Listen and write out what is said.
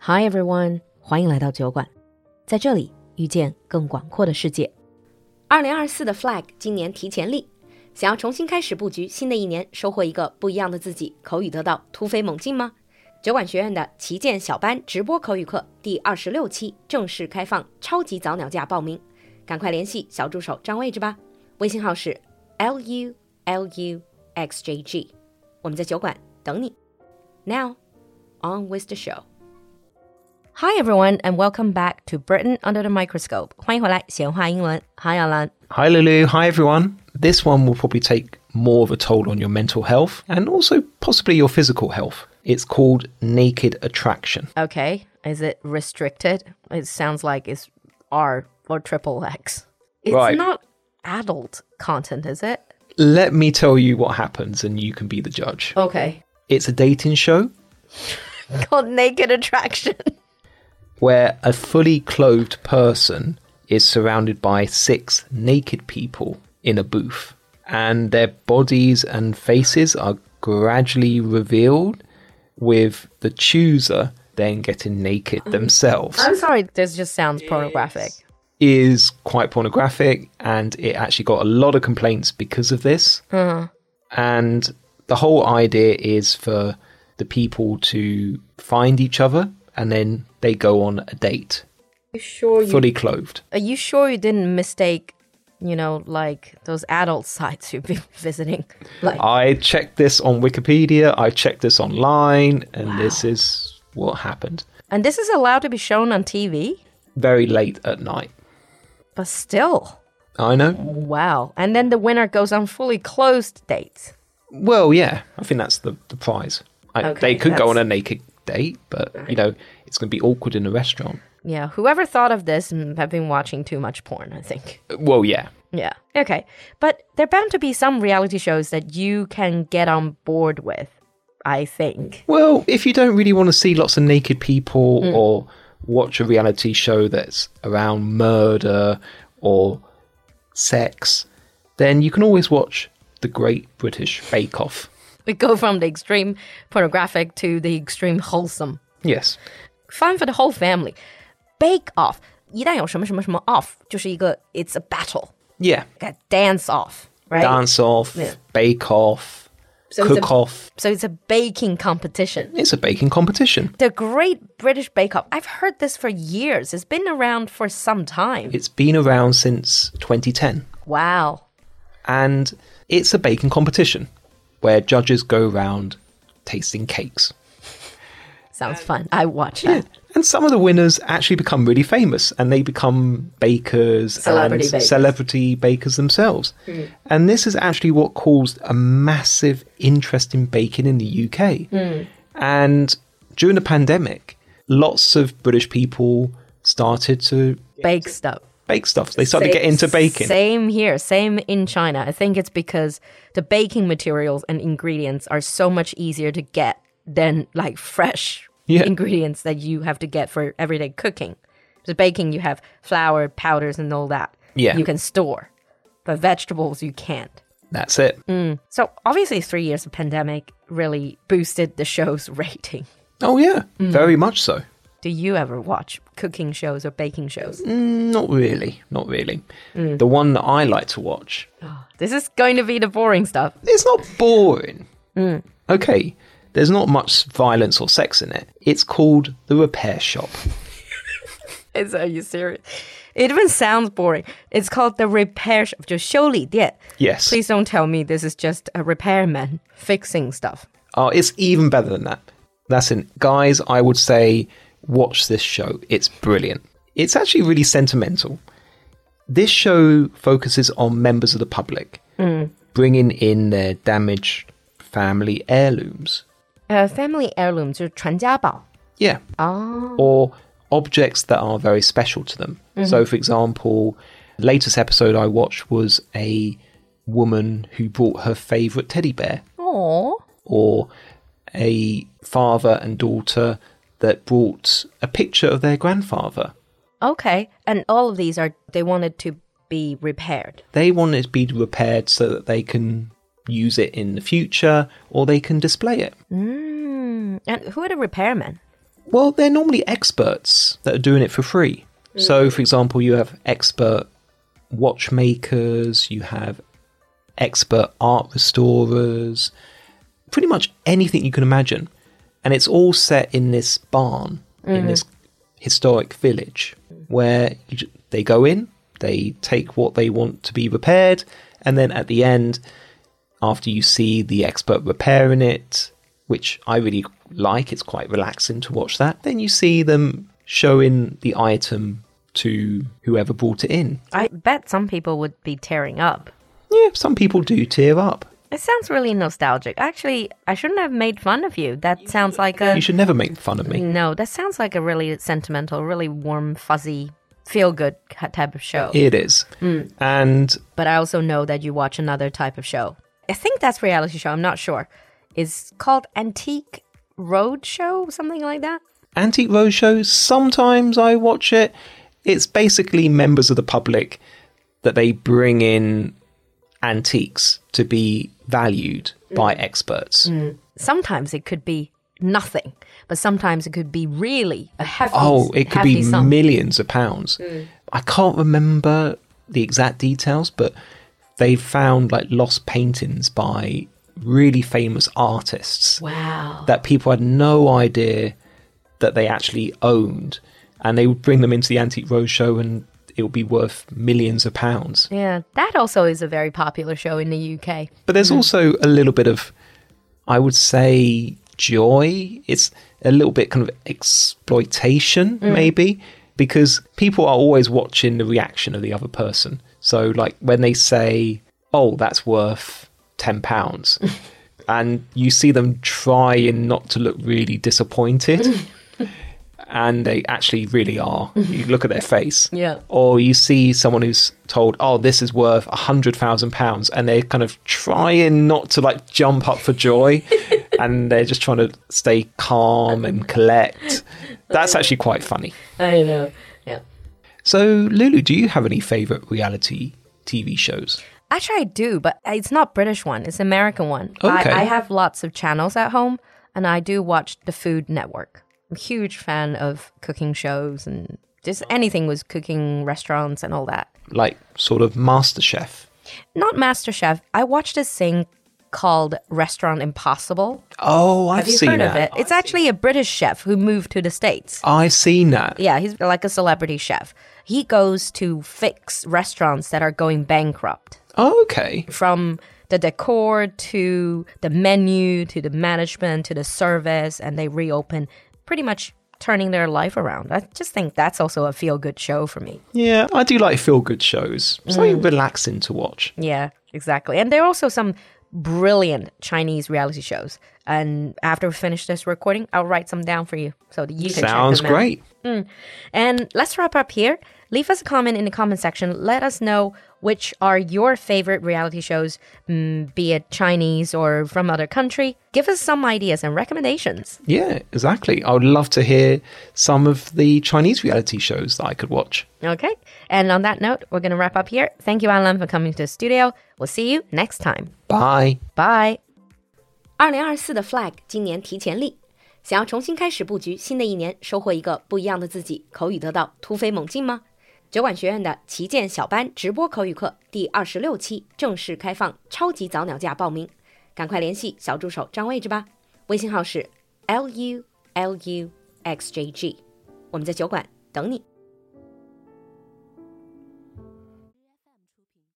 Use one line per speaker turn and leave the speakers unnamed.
Hi everyone，欢迎来到酒馆，在这里遇见更广阔的世界。二零二四的 flag 今年提前立，想要重新开始布局新的一年，收获一个不一样的自己，口语得到突飞猛进吗？酒馆学院的旗舰小班直播口语课第二十六期正式开放，超级早鸟价报名，赶快联系小助手占位置吧。微信号是 l u l u x j g，我们在酒馆等你。Now on with the show. Hi everyone and welcome back to Britain under the microscope. 欢迎回来，闲话英文。Hi Alan.
Hi, Lulu. Hi, everyone. This one will probably take more of a toll on your mental health and also possibly your physical health. It's called naked attraction.
Okay, is it restricted? It sounds like it's R or triple X. It's
Right.
not adult content, is it?
Let me tell you what happens and you can be the judge.
Okay.
It's a dating show
Called naked attraction.
where a fully clothed person is surrounded by six naked people in a booth, and their bodies and faces are gradually revealed, with the chooser then getting naked themselves.
I'm sorry, this just sounds pornographic.
Is quite pornographic, and it actually got a lot of complaints because of this.
Hmm.
And the whole idea is for the people to find each other and then they go on a date
You sure you
fully clothed.
Are you sure you didn't mistake, you know, like those adult sites you've been visiting? Like
I checked this on Wikipedia, I checked this online, and this is what happened.
and this is allowed to be shown on TV?
Very late at night.
But still.
I know.
Wow. And then the winner goes on fully closed dates.
Well, yeah, I think that's the, the prize. I,
Okay,
they could go on
that's-
a naked date, but you know, it's going to be awkward in a restaurant.
Yeah, whoever thought of this mm, have been watching too much porn, I think.
Well, yeah.
Yeah. Okay. But there are bound to be some reality shows that you can get on board with, I think.
Well, if you don't really want to see lots of naked people
Mm.
or watch a reality show that's around murder or sex, then you can always watch The Great British Bake Off.
We go from the extreme pornographic to the extreme wholesome.
Yes.
Fun for the whole family. Bake off. 一旦有什么什么什么 off it's a battle,
Yeah.
like a dance off, right?
Dance off,
Yeah.
bake off,
So it's a-
cook off.
So it's a baking competition.
It's a baking competition.
The Great British Bake Off. I've heard this for years. It's been around for some time.
It's been around since 2010.
Wow.
And it's a baking competition where judges go round tasting cakes.
Sounds fun. I watch that.
And some of the winners actually become really famous and they become bakers
Celebrity bakers.
and
Hmm.
celebrity bakers themselves. And this is actually what caused a massive interest in baking in the UK.
Hmm.
And during the pandemic, lots of British people started to
Bake stuff.
bake stuff. They started to
Same-
get into baking.
Same here, same in China. I think it's because the baking materials and ingredients are so much easier to get than like fresh
Yeah.
ingredients that you have to get for everyday cooking. The baking, you have flour, powders, and all that.
Yeah.
You can store, but vegetables, you can't.
That's it.
Hmm. So obviously, three years of pandemic really boosted the show's rating.
Oh, yeah,
Hmm.
very much so.
Do you ever watch cooking shows or baking shows?
Not really, not really.
Hmm.
The one that I like to watch
This is going to be the boring stuff.
it's not boring. Okay, there's not much violence or sex in it. It's called The Repair Shop.
It's are you serious? It even sounds boring. It's called the repair shop. 就修理店.
Yes.
Please don't tell me this is just a repairman fixing stuff.
Oh, it's even better than that. That's it. Guys, I would say watch this show. It's brilliant. It's actually really sentimental. This show focuses on members of the public bringing in their damaged family heirlooms.
Uh, family heirloom 就是传家宝.
Yeah. Or objects that are very special to them. So, for example, latest episode I watched was a woman who brought her favourite teddy bear,
Oh.
or a father and daughter that brought a picture of their grandfather.
Okay. And all of these are they wanted to be repaired.
They want it to be repaired so that they can use it in the future or they can display it.
Mm. And who are the repairmen?
Well, they're normally experts that are doing it for free. So, for example, you have expert watchmakers, you have expert art restorers, pretty much anything you can imagine. And it's all set in this barn, in this historic village, where you, ju- they go in, they take what they want to be repaired, and then at the end, after you see the expert repairing it, which I really like, it's quite relaxing to watch that, then you see them showing the item to whoever brought it in.
I bet some people would be tearing up.
Yeah, some people do tear up.
It sounds really nostalgic. Actually, I shouldn't have made fun of you. That sounds like a
You should never make fun of me.
no. That sounds like a really sentimental, really warm, fuzzy, feel good type of show.
It is. And
but I also know that you watch another type of show. I think that's reality show. I'm not sure. It's called Antique Road Show, something like that.
Antique Roadshow, sometimes I watch it. It's basically members of the public that they bring in antiques to be valued by experts.
Sometimes it could be nothing, but sometimes it could be really a hefty.
Oh, it could
hefty
be
sum. Hmm.
millions of pounds. I can't remember the exact details, but they found like lost paintings by really famous artists
wow.
that people had no idea that they actually owned. And they would bring them into the Antique Roadshow and it would be worth millions of pounds.
Yeah, that also is a very popular show in the UK.
But there's also a little bit of, I would say, joy. It's a little bit kind of exploitation, maybe, because people are always watching the reaction of the other person. So, like, when they say, oh, that's worth £10, and you see them trying not to look really disappointed. And they actually really are. You look at their face.
Yeah.
Or you see someone who's told, "Oh, this is worth a hundred thousand pounds," and they're kind of trying not to like jump up for joy, and they're just trying to stay calm and collect. That's actually quite funny.
I know. Yeah.
So, Lulu, do you have any favorite reality TV shows?
Actually, I do, but it's not British one. It's American one.
Okay.
I, I have lots of channels at home, and I do watch the Food Network. I'm a huge fan of cooking shows and just anything with cooking, restaurants, and all that.
Like sort of MasterChef.
Not MasterChef. I watched this thing called Restaurant Impossible.
Oh, I've
Have you
seen
heard
that.
of it? It's actually a British chef who moved to the States.
I've seen that.
Yeah, he's like a celebrity chef. He goes to fix restaurants that are going bankrupt.
Oh, Okay.
from the decor to the menu to the management to the service and they reopen pretty much turning their life around i just think that's also a feel good show for me
Yeah, I do like feel good shows. Something relaxing to watch.
yeah exactly and there are also some brilliant chinese reality shows and after we finish this recording i'll write some down for you so that you can check
Sounds
them out.
great.
And let's wrap up here. Leave us a comment in the comment section. Let us know which are your favorite reality shows, mm, be it Chinese or from other country. Give us some ideas and recommendations.
Yeah, exactly. I would love to hear some of the Chinese reality shows that I could watch.
Okay. And on that note, we're going to wrap up here. Thank you, Alan, for coming to the studio. We'll see you next time.
Bye.
Bye.
二零二四的 flag 今年提前立，想要重新开始布局，新的一年收获一个不一样的自己，口语得到突飞猛进吗？酒馆学院的旗舰小班直播口语课第二十六期正式开放，超级早鸟价报名，赶快联系小助手占位置吧。微信号是 l u l u x j g，我们在酒馆等你。